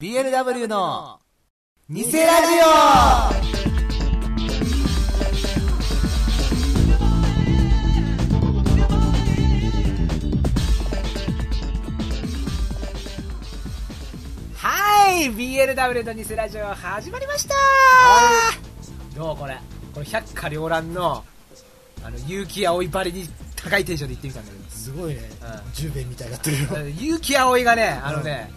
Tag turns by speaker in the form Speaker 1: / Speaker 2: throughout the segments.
Speaker 1: BLW のニセラジオはい BLW のニセラジオ始まりました、どうこれこれ百花繚乱のあの結城葵ばりに高いテンションで言ってみたんだけど
Speaker 2: すごいね
Speaker 1: うん
Speaker 2: 十兵衛みたいになってるよ
Speaker 1: だから結城葵がね、あのね、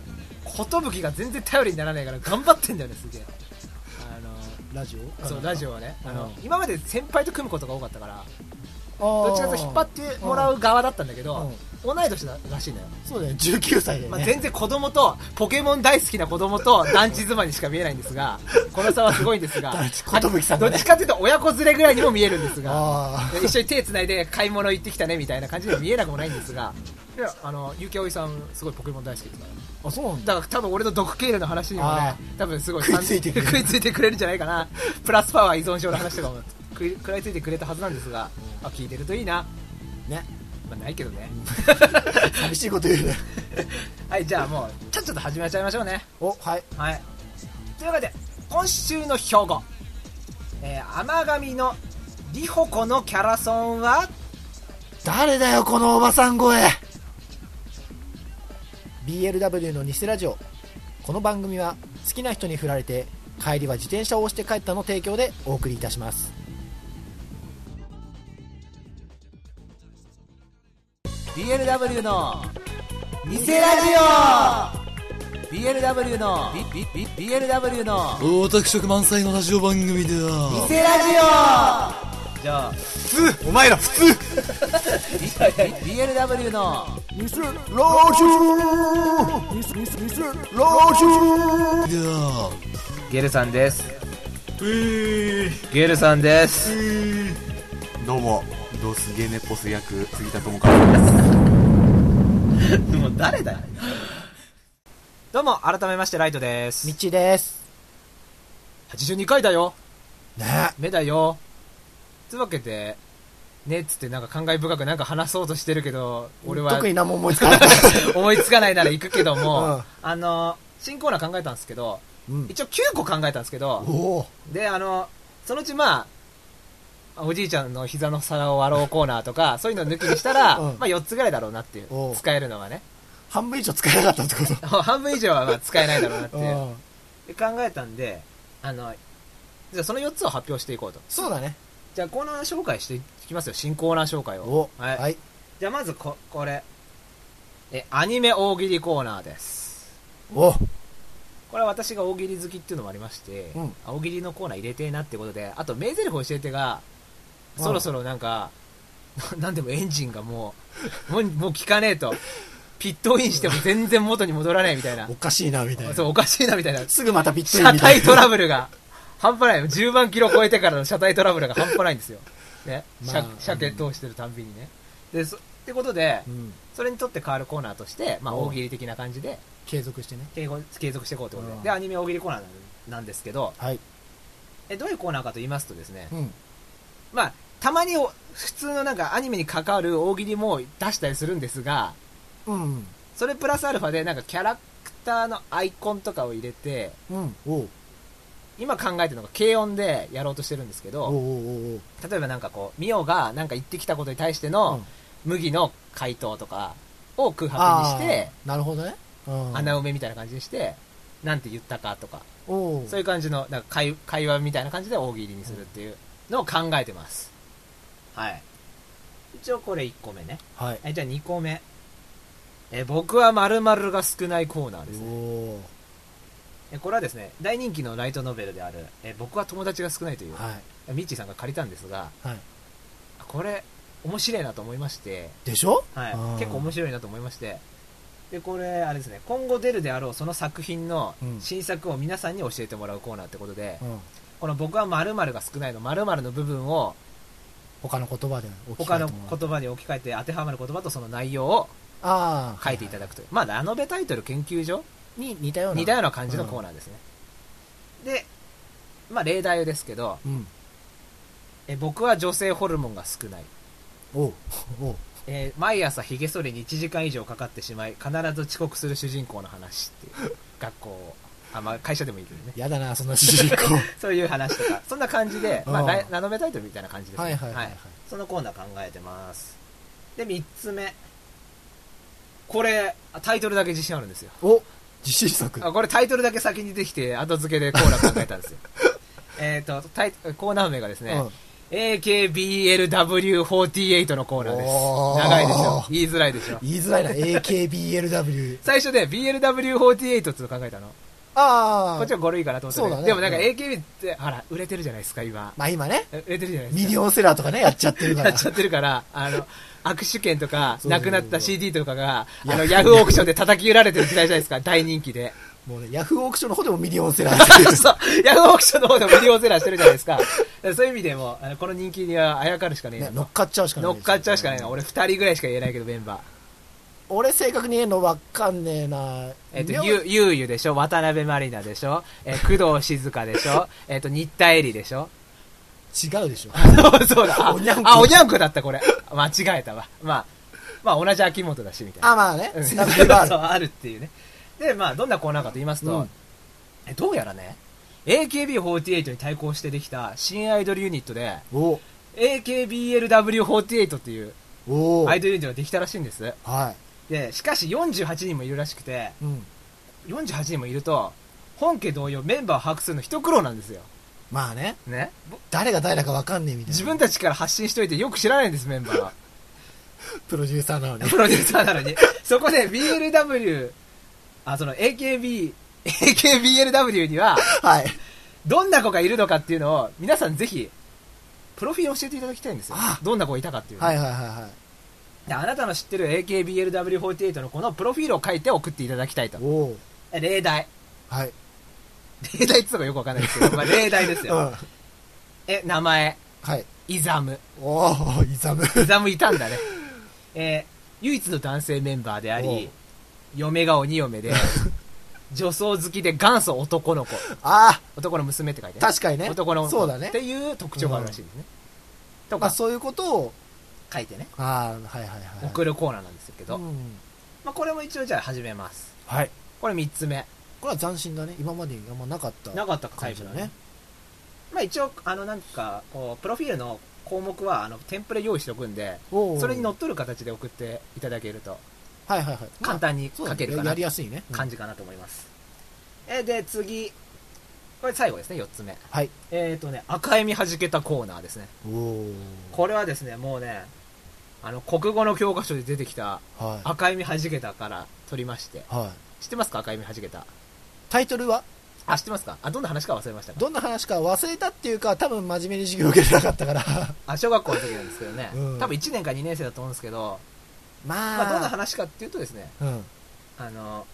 Speaker 1: 寿が全然頼りにならないから頑張ってんだよね、すげえ。あ
Speaker 2: ラジオ
Speaker 1: の、そう、ラジオはね、あの
Speaker 2: う、ん
Speaker 1: 今まで先輩と組むことが多かったから、
Speaker 2: オ
Speaker 1: どっちかというと引っ張ってもらう側だったんだけど、同い年らしいんだよ。
Speaker 2: そうだよね19歳だよ
Speaker 1: まあ、
Speaker 2: ね
Speaker 1: 全然子供と、ポケモン大好きな子供と団地妻にしか見えないんですが、この差はすごいんですが、
Speaker 2: 団地寿さん
Speaker 1: ど
Speaker 2: が
Speaker 1: っ
Speaker 2: ね
Speaker 1: ちかというと親子連れぐらいにも見えるんですが、
Speaker 2: あ
Speaker 1: で一緒に手繋いで買い物行ってきたねみたいな感じで見えなくもないんですが、いや、あの、結城葵さん、すごいポケモン大好きですからね。
Speaker 2: ーあそうなんだ
Speaker 1: だから多分俺の毒経由の話にもね
Speaker 2: あ、
Speaker 1: 多分すごい
Speaker 2: 食いついてくれる
Speaker 1: 食いついてくれるんじゃないかな。プラスパワー依存症の話とかも食い食らいついてくれたはずなんですが、あ聞いてるといいな。
Speaker 2: ね
Speaker 1: まあないけど ね。
Speaker 2: 寂しいこと言うね
Speaker 1: はい、じゃあもう、ちゃっちゃと始めちゃいましょうね。
Speaker 2: おはい
Speaker 1: はい。というわけで、今週の標語。えー、甘神のリホコのキャラソンは、
Speaker 2: 誰だよこのおばさん声 BLW のニセラジオこの番組は好きな人に振られて帰りは自転車を押して帰ったの提供でお送りいたします
Speaker 1: BLW のニセラジオ !BLW の、ビビビ BLW の、
Speaker 3: オタク色満載のラジオ番組でだ
Speaker 1: セラジオじゃあ
Speaker 2: 普通お前ら普通
Speaker 1: BLW の
Speaker 2: ニセラジオニセニセニセラジオ
Speaker 3: でだ
Speaker 1: ゲルさんです
Speaker 4: え
Speaker 1: ゲルさんです
Speaker 4: ー、どうもドスゲネポス役杉田智和です
Speaker 1: もう誰だよどうも改めましてライトです
Speaker 2: みっちーです
Speaker 1: 82回だよ
Speaker 2: ね
Speaker 1: 目だよつうわけでねっつってなんか感慨深くなんか話そうとしてるけど俺は
Speaker 2: 特に何も思いつかなかっ
Speaker 1: 思いつかないなら行くけども、
Speaker 2: うん
Speaker 1: あの新コーナー考えたんですけど
Speaker 2: た、うん、
Speaker 1: 一応9個考えたんですけど
Speaker 2: おお
Speaker 1: で、あの、そのうちまあ、おじいちゃんの膝の皿を割ろうコーナーとか、 そういうの抜きにしたら、
Speaker 2: うん
Speaker 1: まあ4つぐらいだろうなっていう
Speaker 2: お。う
Speaker 1: 使えるのはね。
Speaker 2: 半分以上使えなかったってこと
Speaker 1: 半分以上はまあ使えないだろうなっていう
Speaker 2: うん
Speaker 1: で考えたんで、あの、じゃあその4つを発表していこうと。
Speaker 2: そうだね
Speaker 1: じゃあコーナー紹介していきますよ。新コーナー紹介を。
Speaker 2: お
Speaker 1: はい
Speaker 2: はい
Speaker 1: じゃあまずこ、これ。え、アニメ大喜利コーナーです。
Speaker 2: お
Speaker 1: これは私が大喜利好きっていうのもありまして、
Speaker 2: うん
Speaker 1: あ大喜利のコーナー入れてえなってことで、あと名台詞教えてが、そろそろなんか、ななんでもエンジンがもう、もう、もう効かねえと。ピットインしても全然元に戻らないみたいな
Speaker 2: お。かしいなみたいな
Speaker 1: そう、おかしいなみたいな。
Speaker 2: すぐまたびっくり
Speaker 1: 車体トラ
Speaker 2: ブ
Speaker 1: ブルが、半端ない。10万キロ超えてからの車体トラブルが半端ないんですよ。ね。
Speaker 2: まあ
Speaker 1: 車、車検通してるたんびにね。で、そ、ってことで、
Speaker 2: うん、
Speaker 1: それにとって変わるコーナーとして、まあ大喜利的な感じで、
Speaker 2: 継続してね
Speaker 1: 継続継続していこうってことで、
Speaker 2: うん
Speaker 1: でアニメ大喜利コーナーなんですけど
Speaker 2: はい、
Speaker 1: えどういうコーナーかと言いますとですね、
Speaker 2: うん、
Speaker 1: まあたまにお普通のなんかアニメに関わる大喜利も出したりするんですが
Speaker 2: うん
Speaker 1: それプラスアルファでなんかキャラクターのアイコンとかを入れて
Speaker 2: うんおう
Speaker 1: 今考えてるのが軽音でやろうとしてるんですけ
Speaker 2: おうお
Speaker 1: ど
Speaker 2: うおう
Speaker 1: 例えばなんかこうミオがなんか言ってきたことに対して
Speaker 2: おう、
Speaker 1: の
Speaker 2: ん、
Speaker 1: 麦の回答とかを空白にして
Speaker 2: あーなるほどね、うん、
Speaker 1: 穴埋めみたいな感じにしてなんて言ったかとか
Speaker 2: おう
Speaker 1: そういう感じの、なんか会会話みたいな感じで大喜利にするっていうのを考えてます。はい。一応これ1個目ね。
Speaker 2: はい
Speaker 1: えじゃあ2個目。え僕は〇〇が少ないコーナーです
Speaker 2: お
Speaker 1: ね。
Speaker 2: お
Speaker 1: えこれはですね、大人気のライトノベルである、え僕は友達が少ないという、
Speaker 2: は
Speaker 1: ミッチーさんが借りたんですが、
Speaker 2: いはい
Speaker 1: これ、面白いなと思いまして、
Speaker 2: でしょ
Speaker 1: はい
Speaker 2: うん、
Speaker 1: 結構面白いなと思いまして、で、これ、あれですね、今後出るであろうその作品の
Speaker 2: うん
Speaker 1: 新作を皆さんに教えてもらうコーナーってことで、
Speaker 2: うん
Speaker 1: この僕は〇〇が少ないの〇〇の部分を
Speaker 2: 他の言葉で置き換えて
Speaker 1: 他
Speaker 2: もらう
Speaker 1: の言葉に置き換えて当てはまる言葉とその内容を
Speaker 2: ああ
Speaker 1: 書いていただくという、まあラノベタイトル研究所
Speaker 2: に似たような
Speaker 1: 似たような感じのコーナーですね、でまあ例題ですけど
Speaker 2: うん
Speaker 1: え僕は女性ホルモンが少ない、
Speaker 2: おうおう
Speaker 1: えー毎朝ひげ剃りに1時間以上かかってしまい必ず遅刻する主人公の話っていう学校をあ、まあ、会社でもいいけどね。
Speaker 2: やだなその
Speaker 3: 事故。
Speaker 1: そういう話と か、そんな感じで、まあ、
Speaker 2: うん
Speaker 1: ライラノベタイトルみたいな感じですね
Speaker 2: はいはいはいはい
Speaker 1: そのコーナー考えてます。で、3つ目。これ、タイトルだけ自信ある んですよ。
Speaker 2: お
Speaker 3: 自信作。
Speaker 1: あこれタイトルだけ先にできて、後付けでコーナー考えた んですよ。えっと、タイコーナー名がですね、
Speaker 2: うん
Speaker 1: AKBLW48 のコーナーです。
Speaker 2: おー
Speaker 1: 長いでしょ。言いづらいでしょ。
Speaker 2: 言いづらいな AKBLW
Speaker 1: 最初で BLW48 っての考えたの。
Speaker 2: ああ
Speaker 1: こっちは5類かなと思ったけど
Speaker 2: そうだね
Speaker 1: でもなんか
Speaker 2: うん
Speaker 1: AKB って、ほら、売れてるじゃないですか、今。
Speaker 2: まあ今ね
Speaker 1: 売れてるじゃないで
Speaker 2: ミ
Speaker 1: す
Speaker 2: リオンセラーとか ねやっちゃってる
Speaker 1: か。
Speaker 2: か
Speaker 1: や
Speaker 2: ら
Speaker 1: っちゃってるから、あの、握手券とか、
Speaker 2: そうそうそう
Speaker 1: なくなった CD とかが、あの、ヤフーオークションで叩き売られてる時代じゃないですか、大人 気で。
Speaker 2: もうねヤフーオークションの方でもミリオンセラーってい
Speaker 1: そううそう。ヤフーオークションの方でも無料セラーしてるじゃないですか。だからそういう意味でも、あのこの人気にはあやかるしかね え
Speaker 2: ね
Speaker 1: な。
Speaker 2: 乗っかっちゃうしかない
Speaker 1: 乗っかっちゃうしかないな。
Speaker 2: 俺
Speaker 1: 俺二人ぐらいしか言えないけど、メンバー。
Speaker 2: 正確に言えんのわかんねえな
Speaker 1: えっ、
Speaker 2: りょう
Speaker 1: と、ゆ、ゆうゆでしょ渡辺まりなでしょえー工藤静香でしょえっと、新田絵里でしょ
Speaker 2: 違うでしょ
Speaker 1: そう そうだ。あ
Speaker 2: おにゃんこ
Speaker 1: あ、おにゃんこだった、これ。間違えたわ。まあ、まあ、同じ秋元だし、みたいな。
Speaker 2: あまあね
Speaker 1: うん
Speaker 2: つ
Speaker 1: そ
Speaker 2: な
Speaker 1: う
Speaker 2: がりはある
Speaker 1: そうあるっていうね。で、まあ、どんなコーナーかと言いますと、
Speaker 2: うん
Speaker 1: えどうやらね、AKB48 に対抗してできた新アイドルユニットで、
Speaker 2: お
Speaker 1: AKBLW48 っていう
Speaker 2: お
Speaker 1: ア
Speaker 2: は
Speaker 1: イ
Speaker 2: い
Speaker 1: ドルユニットができたらしいんです。で、しかし48人もいるらしくて、
Speaker 2: うん
Speaker 1: 48人もいると、本家同様メンバーを把握するの一苦労なんですよ。
Speaker 2: まあね
Speaker 1: ね。
Speaker 2: 誰が誰だかわかんねえみたいな
Speaker 1: 自分たちから発信しといてよく知らないんです、メンバーは。
Speaker 2: プロデューサーなのに
Speaker 1: プロデューサーなのに。そこで BLW、あ、その AKB、AKBLW には、
Speaker 2: はい
Speaker 1: どんな子がいるのかっていうのを、皆さんぜひ、プロフィール教えていただきたいんですよ
Speaker 2: あ。
Speaker 1: どんな子がいたかっていうの。
Speaker 2: はいはいはいはい
Speaker 1: であなたの知ってる AKBLW48 のこのプロフィールを書いて送っていただきたいと
Speaker 2: お。お
Speaker 1: 例題。
Speaker 2: はい
Speaker 1: 例題っつうのがよくわかんないですけど、まあ例題です
Speaker 2: う
Speaker 1: よ。
Speaker 2: ん
Speaker 1: え、名前、
Speaker 2: はい
Speaker 1: イザム。
Speaker 2: おおイザム
Speaker 1: イザムいたんだね。 えー唯一の男性メンバーであ
Speaker 2: おう
Speaker 1: り、嫁が鬼嫁 で、女装好きで元祖男の子。
Speaker 2: あ
Speaker 1: 男の娘って書いて
Speaker 2: あ
Speaker 1: ね、
Speaker 2: 確かにね
Speaker 1: 男の子
Speaker 2: そうだね
Speaker 1: っていう特徴があるらしいですね。と
Speaker 2: まあ
Speaker 1: か、
Speaker 2: そういうことを
Speaker 1: 書いてね、
Speaker 2: ああはいはいはい
Speaker 1: 送るコーナーなんですけど、
Speaker 2: うん
Speaker 1: まあこれも一応じゃあ始めます。
Speaker 2: はい
Speaker 1: これ3つ目。
Speaker 2: これは斬新だね今までにあんまなかった
Speaker 1: なかったか、タ
Speaker 2: 感
Speaker 1: イ
Speaker 2: じ
Speaker 1: プ
Speaker 2: だ
Speaker 1: の
Speaker 2: ね
Speaker 1: ね。まあ一応、あのなんか、こう、プロフィールの項目は、あの、テンプレ用意しておくんで、
Speaker 2: おうおう
Speaker 1: それにのっとる形で送っていただけると、
Speaker 2: はいはいはい
Speaker 1: 簡単に書ける
Speaker 2: まあそうだ
Speaker 1: か
Speaker 2: ねや
Speaker 1: な
Speaker 2: り、やすいねうん
Speaker 1: 感じかなと思います。え、で、次。これ最後ですね、4つ目。
Speaker 2: はい
Speaker 1: えっ、とね、赤い実はじけたコーナーですね。
Speaker 2: おお
Speaker 1: これはですね、もうね、あの、国語の教科書で出てきた、
Speaker 2: は
Speaker 1: 赤い実はじけたから取りまして。
Speaker 2: いはい
Speaker 1: 知ってますか赤い実はじけた。
Speaker 2: タイトルは
Speaker 1: あ、知ってますかあ、どんな話か忘れましたか
Speaker 2: どんな話か忘れたっていうか多分真面目に授業受けてなかったから
Speaker 1: あ、小学校の時なんですけどね。
Speaker 2: うん
Speaker 1: 多分1年か2年生だと思うんですけど、
Speaker 2: ま
Speaker 1: まあ、どんな
Speaker 2: あ
Speaker 1: 話かっていうとですね、
Speaker 2: うん
Speaker 1: あの、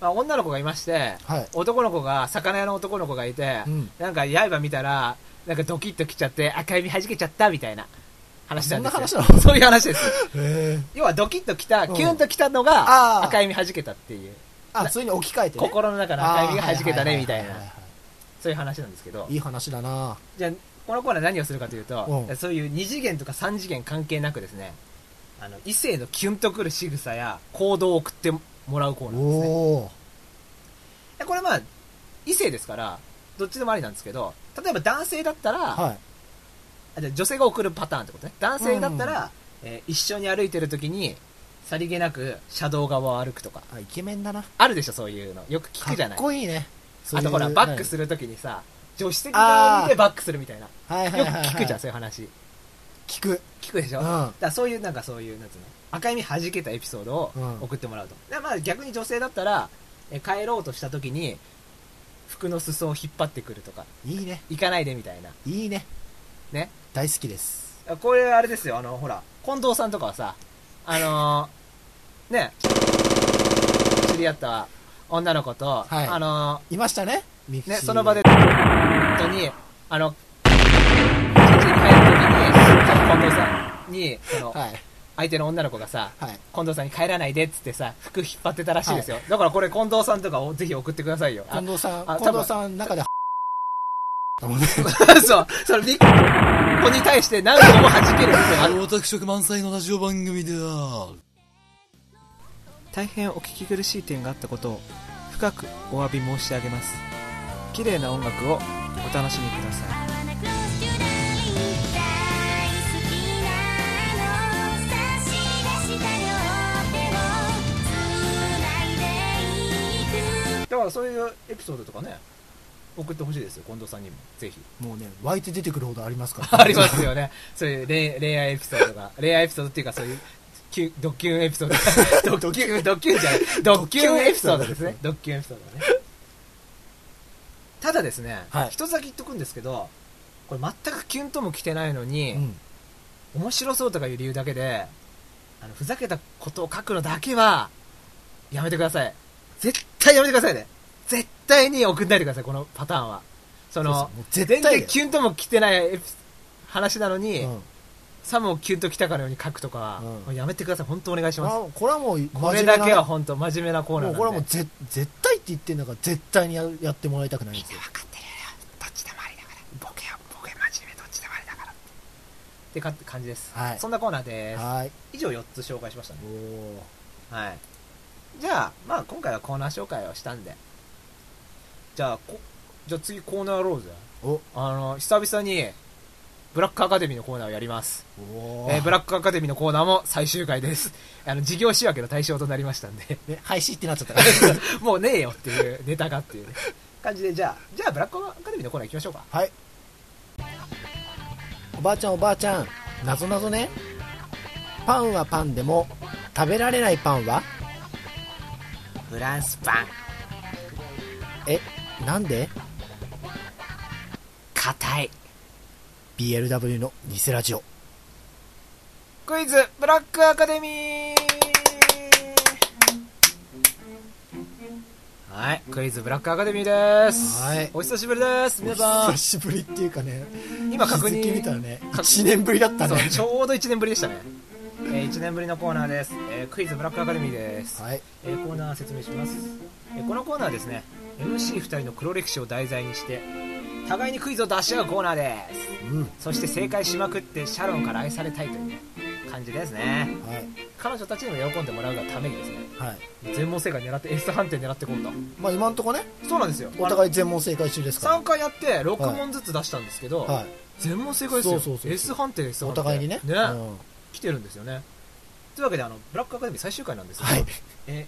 Speaker 1: まあ、女の子がいまして、
Speaker 2: はい
Speaker 1: 男の子が、魚屋の男の子がいて、
Speaker 2: うん
Speaker 1: なんか刃見たら、なんかドキッときちゃって、赤指弾けちゃったみたいな話なんです
Speaker 2: そん
Speaker 1: よ。
Speaker 2: な話なの
Speaker 1: そういう話 です。
Speaker 2: へえ
Speaker 1: 要はドキッときた、
Speaker 2: うん
Speaker 1: キュンときたの
Speaker 2: あー
Speaker 1: が、赤指弾けたっていう。
Speaker 2: あそれに置き換えてね
Speaker 1: 心の中の赤指が弾けたねみたい
Speaker 2: あーはは
Speaker 1: な、
Speaker 2: はは
Speaker 1: そういう話なんですけど
Speaker 2: いい。いい話だな
Speaker 1: じゃあ、このコーナー何をするかというと
Speaker 2: う、ん
Speaker 1: そういう2次元とか3次元関係なくですね、あの、異性のキュンとくる仕草や行動を送ってもらうコーナーですね。
Speaker 2: おお
Speaker 1: でこれまあ、異性ですから、どっちでもありなんですけど、例えば男性だったら、
Speaker 2: はい
Speaker 1: あじゃあ女性が送るパターンってことね男性だったら、えー一緒に歩いてる時にさりげなく車道側を歩くとか
Speaker 2: あイケメンだな
Speaker 1: あるでしょそういうのよく聞
Speaker 2: か
Speaker 1: くじゃ
Speaker 2: っ
Speaker 1: ない
Speaker 2: こいいね
Speaker 1: あとほらバックす
Speaker 2: る
Speaker 1: る時にさ助手席側を見てバックするみたいな
Speaker 2: はいはい
Speaker 1: よ
Speaker 2: は
Speaker 1: く
Speaker 2: いはい
Speaker 1: 聞くじゃんそういう 話
Speaker 2: 聞く
Speaker 1: 聞くでしょ、
Speaker 2: うん
Speaker 1: だからそういうなんかそういうなんつうの赤い実弾けたエピソードを
Speaker 2: うん
Speaker 1: 送ってもらうと、でまあ逆に女性だったら、えー帰ろうとした時に服の裾を引っ張ってくるとか
Speaker 2: いいね
Speaker 1: 行かないでみたいない
Speaker 2: いね
Speaker 1: ね
Speaker 2: 大好きです
Speaker 1: あこれあれですよあのほら近藤さんとかはさあのー、ね知り合った女の子と、
Speaker 2: い
Speaker 1: あの
Speaker 2: いましたねミクシ
Speaker 1: ー
Speaker 2: ー
Speaker 1: ねその場で本当にあの口に入る時に近藤さんにその、
Speaker 2: はい
Speaker 1: 相手の女の子がさ
Speaker 2: はい
Speaker 1: 近藤さんに帰らないでっつってさ服引っ張ってたらしいですよ、だからこれ近藤さんとかをぜひ送ってくださいよあ
Speaker 2: 近藤さん
Speaker 1: あ
Speaker 2: 近藤さん中でだもんね
Speaker 1: そうそのビッコに対して何度も弾けるんですよあの
Speaker 3: オタク色満載のラジオ番組である。
Speaker 1: 大変お聞き苦しい点があったことを深くお詫び申し上げます綺麗な音楽をお楽しみください
Speaker 5: 「大好きなのさし出した両手をつないでいく」
Speaker 1: だからそういうエピソードとかね送ってほしいですよ近藤さんにもぜひ
Speaker 2: もうね、湧いて出てくるほどありますから、
Speaker 1: ありますよね そういう恋恋愛エピソードが恋愛エピソードっていうかそういうキュンドッキュンエピソー ドドッキュンドッキュンじゃないドッキュンエピソードですねドッキュンエピソードねただですね、
Speaker 2: はい
Speaker 1: 一つだけ言っとくんですけどこれ全くキュンとも来てないのに、
Speaker 2: うん。
Speaker 1: 面白そうとかいう理由だけであのふざけたことを書くのだけはやめてください絶対やめてくださいね絶対に送んないでくださいこのパターンは
Speaker 2: そ
Speaker 1: そ
Speaker 2: うそ
Speaker 1: の
Speaker 2: うもう絶対
Speaker 1: 全
Speaker 2: だよ
Speaker 1: 然キュンとも来てないエピ話なのに、
Speaker 2: うん
Speaker 1: さもキュンと来たかのように書くとかは、
Speaker 2: うん
Speaker 1: もうやめてください本当お願いします
Speaker 2: あこれはもう真面目な
Speaker 1: これだけは本当真面目なコーナ
Speaker 2: も
Speaker 1: ーなん
Speaker 2: う
Speaker 1: で
Speaker 2: これはもうぜ絶対って言ってんだから絶対にややってもらいたくないんですよ
Speaker 1: どっちでもありだからボケはボケ真面目どっちでもありだからってか感じです、
Speaker 2: はい
Speaker 1: そんなコーナーです
Speaker 2: はい
Speaker 1: 以上4つ紹介しましたね
Speaker 2: おー
Speaker 1: はい。じゃあ、まあ今回はコーナー紹介をしたんで。じゃあ、こ、じゃあ次コーナーやろうぜ。
Speaker 2: お
Speaker 1: あの、久々に、ブラックアカデミーのコーナーをやります。
Speaker 2: お
Speaker 1: えーブラックアカデミーのコーナーも最終回です。あの、事業仕分けの対象となりましたん で、
Speaker 2: ね廃止ってなっちゃったから
Speaker 1: もうねえよっていうネタがっていうね、感じで、じゃあ、じゃあブラックアカデミーのコーナー行きましょうか。
Speaker 2: はい おばあちゃんおばあちゃんなぞなぞねパンはパンでも食べられないパンは
Speaker 1: フランスパン、
Speaker 2: えなんで
Speaker 1: 硬い。
Speaker 2: BLW のニセラジオ
Speaker 1: クイズブラックアカデミーはい、クイズブラックアカデミーです。
Speaker 2: はい
Speaker 1: お久しぶりです。皆さん
Speaker 2: 久、しぶりっていうかね
Speaker 1: 今確
Speaker 2: 日付見たら
Speaker 1: 認、
Speaker 2: ね
Speaker 1: 確
Speaker 2: 1年ぶりだった
Speaker 1: そう
Speaker 2: ね
Speaker 1: ちょうど1年ぶりでしたね。えー、1年ぶりのコーナーです、えークイズブラックアカデミーです。
Speaker 2: はい
Speaker 1: えーコーナー説明します、えーこのコーナーはですね MC2 人の黒歴史を題材にして互いにクイズを出し合うコーナーです、
Speaker 2: うん
Speaker 1: そして正解しまくってシャロンから愛されたいという感じですね
Speaker 2: はい
Speaker 1: 彼女たちにも喜んでもらうがためにですね
Speaker 2: はい
Speaker 1: 全問正解狙って S 判定狙ってこんだ
Speaker 2: まあ今んとこね
Speaker 1: そうなんですよ
Speaker 2: お互い全問正解中ですから
Speaker 1: 3回やって6問ずつ出したんですけど、
Speaker 2: はい
Speaker 1: 全問正解ですよ
Speaker 2: そうそうそう
Speaker 1: S 判定 S 判定
Speaker 2: お互いにね
Speaker 1: ね、
Speaker 2: うん
Speaker 1: 来てるんですよねというわけであのブラックアカデミー最終回なんですけど、
Speaker 2: はい
Speaker 1: えー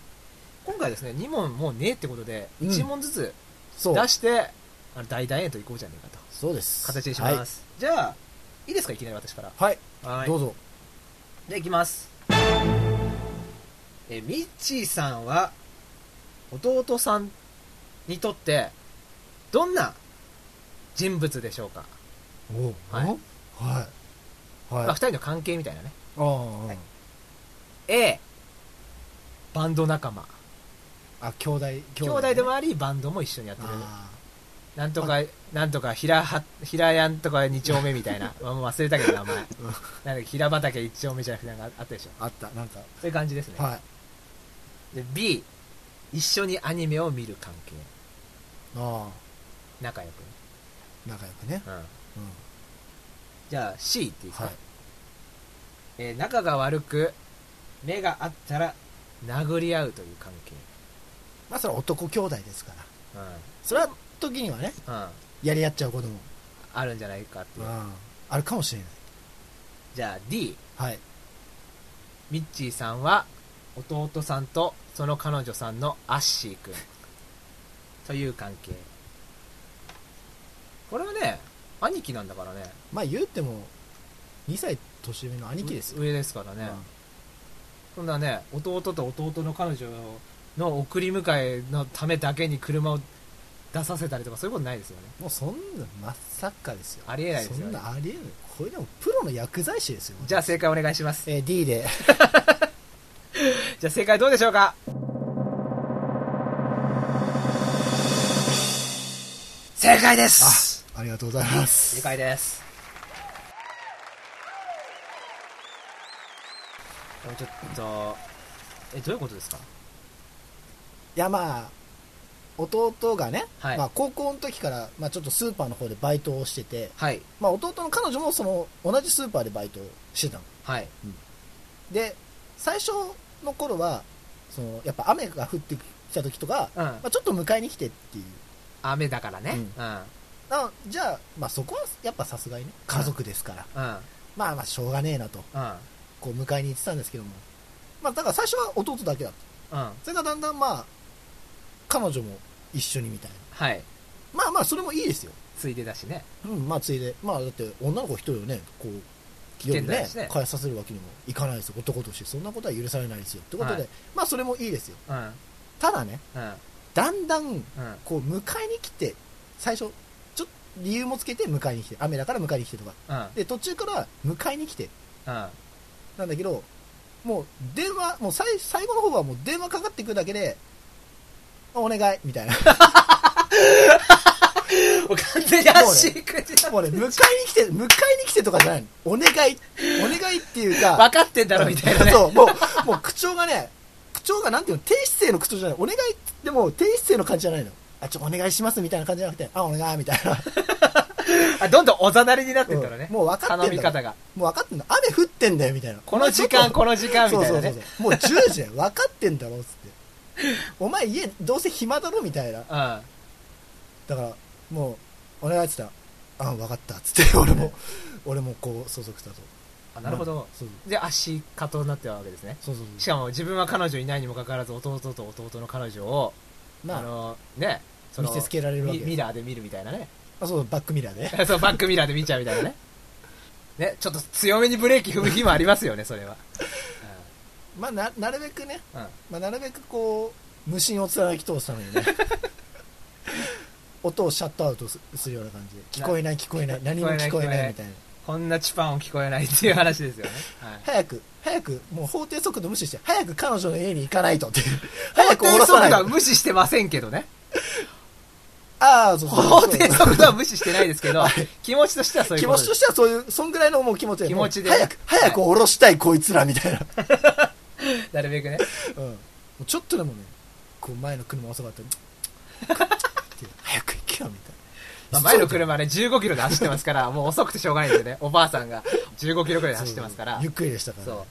Speaker 1: 今回ですね2問もうねえってことで
Speaker 2: うん
Speaker 1: 1問ずつ
Speaker 2: そう
Speaker 1: 出して、あの大団円といこうじゃねえかと
Speaker 2: そうです
Speaker 1: 形にします、じゃあいいですかいきなり私から
Speaker 2: はい、
Speaker 1: は
Speaker 2: はい、どうぞ
Speaker 1: じゃあいきますえーミッチーさんは弟さんにとってどんな人物でしょうか、
Speaker 2: お
Speaker 1: はい
Speaker 2: はいはい
Speaker 1: まあ、2人の関係みたいなね
Speaker 2: ああ、
Speaker 1: い A バンド仲間
Speaker 2: あ兄弟
Speaker 1: 兄弟でもありバンドも一緒にやってる
Speaker 2: あ
Speaker 1: なんとか、なんとか、平は、平やんとか二丁目みた いな。まあもう忘れたけど、名前。なんだっけ平畑一丁目じゃなくて、なんかあったでしょ。
Speaker 2: ああったなんか
Speaker 1: そういう感じですね。
Speaker 2: はい
Speaker 1: で、B、一緒にアニメを見る関係。
Speaker 2: あ
Speaker 1: 仲良くね。
Speaker 2: あ仲良くね
Speaker 1: うん。
Speaker 2: うん
Speaker 1: じゃあ C っていいですか、
Speaker 2: はい
Speaker 1: えー仲が悪く、目があったら、殴り合うという関係。
Speaker 2: まあそれは男兄弟ですからそれは時にはね
Speaker 1: うん。うん。
Speaker 2: やり合っちゃうことも
Speaker 1: あるんじゃないかっていう。
Speaker 2: ああるかもしれない
Speaker 1: じゃあ D、
Speaker 2: はい
Speaker 1: ミッチーさんは弟さんとその彼女さんのアッシ ーくんという関係これはね兄貴なんだからね
Speaker 2: まあ言うても2歳年上の兄貴ですよ
Speaker 1: 上ですからね、そんなね弟と弟の彼女の送り迎えのためだけに車を出させたりとかそういうことないですよね
Speaker 2: うんもうそんなまさかですよ
Speaker 1: ありえないです
Speaker 2: そ
Speaker 1: よ
Speaker 2: ん
Speaker 1: ね
Speaker 2: なありえないこれでもプロの薬剤師ですよ
Speaker 1: じゃあ正解お願いします
Speaker 2: えー D で
Speaker 1: じゃあ正解どうでしょうか正解です
Speaker 2: ありがとうございます
Speaker 1: 正解ですでもちょっとえどういうことですか
Speaker 2: いやまあ弟がね、
Speaker 1: はい
Speaker 2: まあ、高校の時から、まあ、ちょっとスーパーの方でバイトをしてて、
Speaker 1: はい
Speaker 2: まあ、弟の彼女もその同じスーパーでバイトをしてたの
Speaker 1: はい
Speaker 2: で最初の頃はそのやっぱ雨が降って来た時とか、
Speaker 1: うん
Speaker 2: まあ、ちょっと迎えに来てっていう
Speaker 1: 雨だからね
Speaker 2: う
Speaker 1: うんんうん
Speaker 2: あじゃあ、まあ、そこはやっぱさすがにね家族ですから、
Speaker 1: うん
Speaker 2: まあまあしょうがねえなとこう迎えに行ってたんですけどもまあだから最初は弟だけだった
Speaker 1: うん
Speaker 2: それがだんだんまあ彼女も一緒にみたいな
Speaker 1: はい
Speaker 2: まあまあそれもいいですよ
Speaker 1: ついでだしね
Speaker 2: うんまあついでまあだって女の子一人をねこう
Speaker 1: 危険だ
Speaker 2: ね
Speaker 1: しね
Speaker 2: 返させるわけにもいかないですよ男としてそんなことは許されないですよってことで、
Speaker 1: はい
Speaker 2: まあそれもいいですよ
Speaker 1: うん
Speaker 2: ただね
Speaker 1: うん
Speaker 2: だんだん
Speaker 1: うん
Speaker 2: こう迎えに来て最初ちょっと理由もつけて迎えに来て雨だから迎えに来てとか
Speaker 1: うん
Speaker 2: で途中から迎えに来て
Speaker 1: うん
Speaker 2: なんだけどもう電話もう最最後の方はもう電話かかってくるだけでお願いみたいな
Speaker 1: もう完全に足くじだ
Speaker 2: もう ね迎えに来て迎えに来てとかじゃないのお願いお願いっていう か
Speaker 1: 分かってんだろみたいなね
Speaker 2: そう、もう、もう口調がね、口調がなんていうの、低姿勢の口調じゃない。お願いでも、低姿勢の感じじゃないの。あ、ちょ、お願いしますみたいな感じじゃなくて、あ、お願いみたいな。
Speaker 1: あどんどんおざなりになってんだろうね
Speaker 2: うんもう分かってんだろ
Speaker 1: 頼み方が
Speaker 2: もう分かってんの。雨降ってんだよ、みたいな。
Speaker 1: この時間こ
Speaker 2: の
Speaker 1: の時間みたいな
Speaker 2: そう
Speaker 1: ね
Speaker 2: そうそう。もう10時だよ。分かってんだろ、つって。お前家、どうせ暇だろ、みたいな。
Speaker 1: うん
Speaker 2: だから、もう、お願いって言ったら、あ、分かった、つって、俺も、俺もこう、相続したと。
Speaker 1: あなるほ
Speaker 2: まあ
Speaker 1: ど
Speaker 2: そう
Speaker 1: で足加藤になってるわけですね
Speaker 2: そうそう
Speaker 1: し
Speaker 2: そう。
Speaker 1: かも自分は彼女いないにもかかわらず弟と弟の彼女をあ
Speaker 2: まあ、
Speaker 1: のねその
Speaker 2: 見せつけられるわけ
Speaker 1: ミ
Speaker 2: です
Speaker 1: ミラーで見るみたいなね
Speaker 2: あそう、バックミラーで。
Speaker 1: そうバックミラーで見ちゃうみたいなねねちょっと強めにブレーキ踏む日もありますよねそれは
Speaker 2: まあ、な、なるべくね、
Speaker 1: うんうん
Speaker 2: まあ、なるべくこう無心を貫き通すため にね音をシャットアウトすするような感じで聞こえない聞こえない何も聞こえないみたいな
Speaker 1: こんなチパンを聞こえないっていう話ですよね、はい
Speaker 2: 早く早くもう法定速度無視して早く彼女の家に行かないとっていう
Speaker 1: 法
Speaker 2: 早く
Speaker 1: 定
Speaker 2: 降ろ
Speaker 1: 速度
Speaker 2: さない
Speaker 1: は
Speaker 2: と
Speaker 1: 無視してませんけどね。
Speaker 2: ああそうそう
Speaker 1: 法
Speaker 2: そう
Speaker 1: 定速度は無視してないですけど、気持ちとしてはそういう
Speaker 2: 気
Speaker 1: こ
Speaker 2: 持ちと
Speaker 1: とです。
Speaker 2: してはそういうそんぐらいのもう気持ちで
Speaker 1: 気持ちで
Speaker 2: もう早く早く降ろしたいこいつらみたいな、
Speaker 1: なるべくね。
Speaker 2: うん、もうちょっとでもねこう前の車遅かったらって 早く行けよみたい
Speaker 1: まあ、前の車ね、15キロで走ってますから、もう遅くてしょうがないんでね、おばあさんが15キロくらいで
Speaker 2: な
Speaker 1: 走ってますから
Speaker 2: ゆ、っくりでしたから、
Speaker 1: そ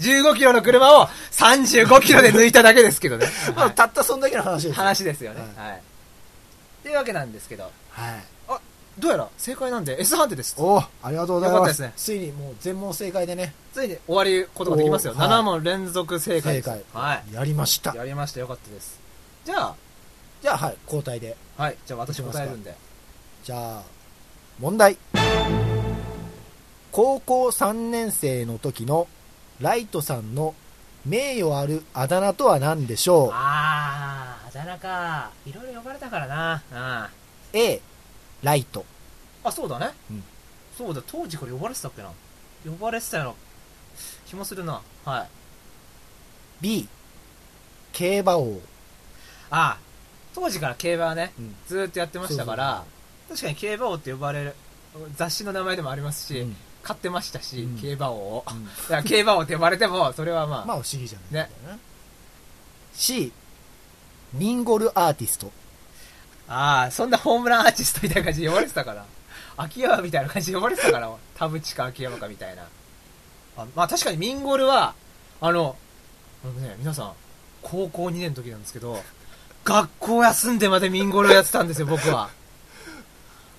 Speaker 1: う。15キロの車を35キロで抜いただけですけどね。
Speaker 2: ま
Speaker 1: は
Speaker 2: あ、
Speaker 1: い
Speaker 2: たったそんだけの話ですよ
Speaker 1: 話ですよね。
Speaker 2: は
Speaker 1: はい。っていうわけなんですけど、
Speaker 2: はい
Speaker 1: どうやら正解なんで S 判定です。
Speaker 2: おーありがとうございます
Speaker 1: よかったですね
Speaker 2: ついにもう全問正解でね
Speaker 1: ついに終わりことができますよ。
Speaker 2: おはい
Speaker 1: 7問連続正解
Speaker 2: 正
Speaker 1: です
Speaker 2: 解、。
Speaker 1: は
Speaker 2: やりました
Speaker 1: い。やりました。よかったです。じゃあ、
Speaker 2: じゃあはい交代で
Speaker 1: はい、じゃあ私答えるんで。
Speaker 2: じゃあ問題高校3年生の時のライトさんの名誉あるあだ名とは何でしょ
Speaker 1: あー、あだ名か。いろいろ呼ばれたからな。あ
Speaker 2: う A ライト
Speaker 1: あ、そうだね。
Speaker 2: うん
Speaker 1: そうだ、当時から呼ばれてたっけな。呼ばれてたような気もするな。はい。
Speaker 2: B 競馬王
Speaker 1: あ当時から競馬はね、
Speaker 2: うん
Speaker 1: ずーっとやってましたから、確かに競馬王って呼ばれる雑誌の名前でもありますし、
Speaker 2: うん
Speaker 1: 買ってましたし、
Speaker 2: うん
Speaker 1: 競馬王を。
Speaker 2: ん
Speaker 1: だから競馬王って呼ばれても、それはまあ、
Speaker 2: まあ不思議じゃない
Speaker 1: ね
Speaker 2: んだよな C リンゴルアーティスト
Speaker 1: ああ、そんなホームランアーティストみたいな感じで呼ばれてたから。 秋山みたいな感じで呼ばれてたから、田淵か秋山かみたいな。あまあ確かにミンゴルは、あの、あのね、皆さん、高校2年の時なんですけど、 学校休んでまでミンゴルをやってたんですよ、僕は。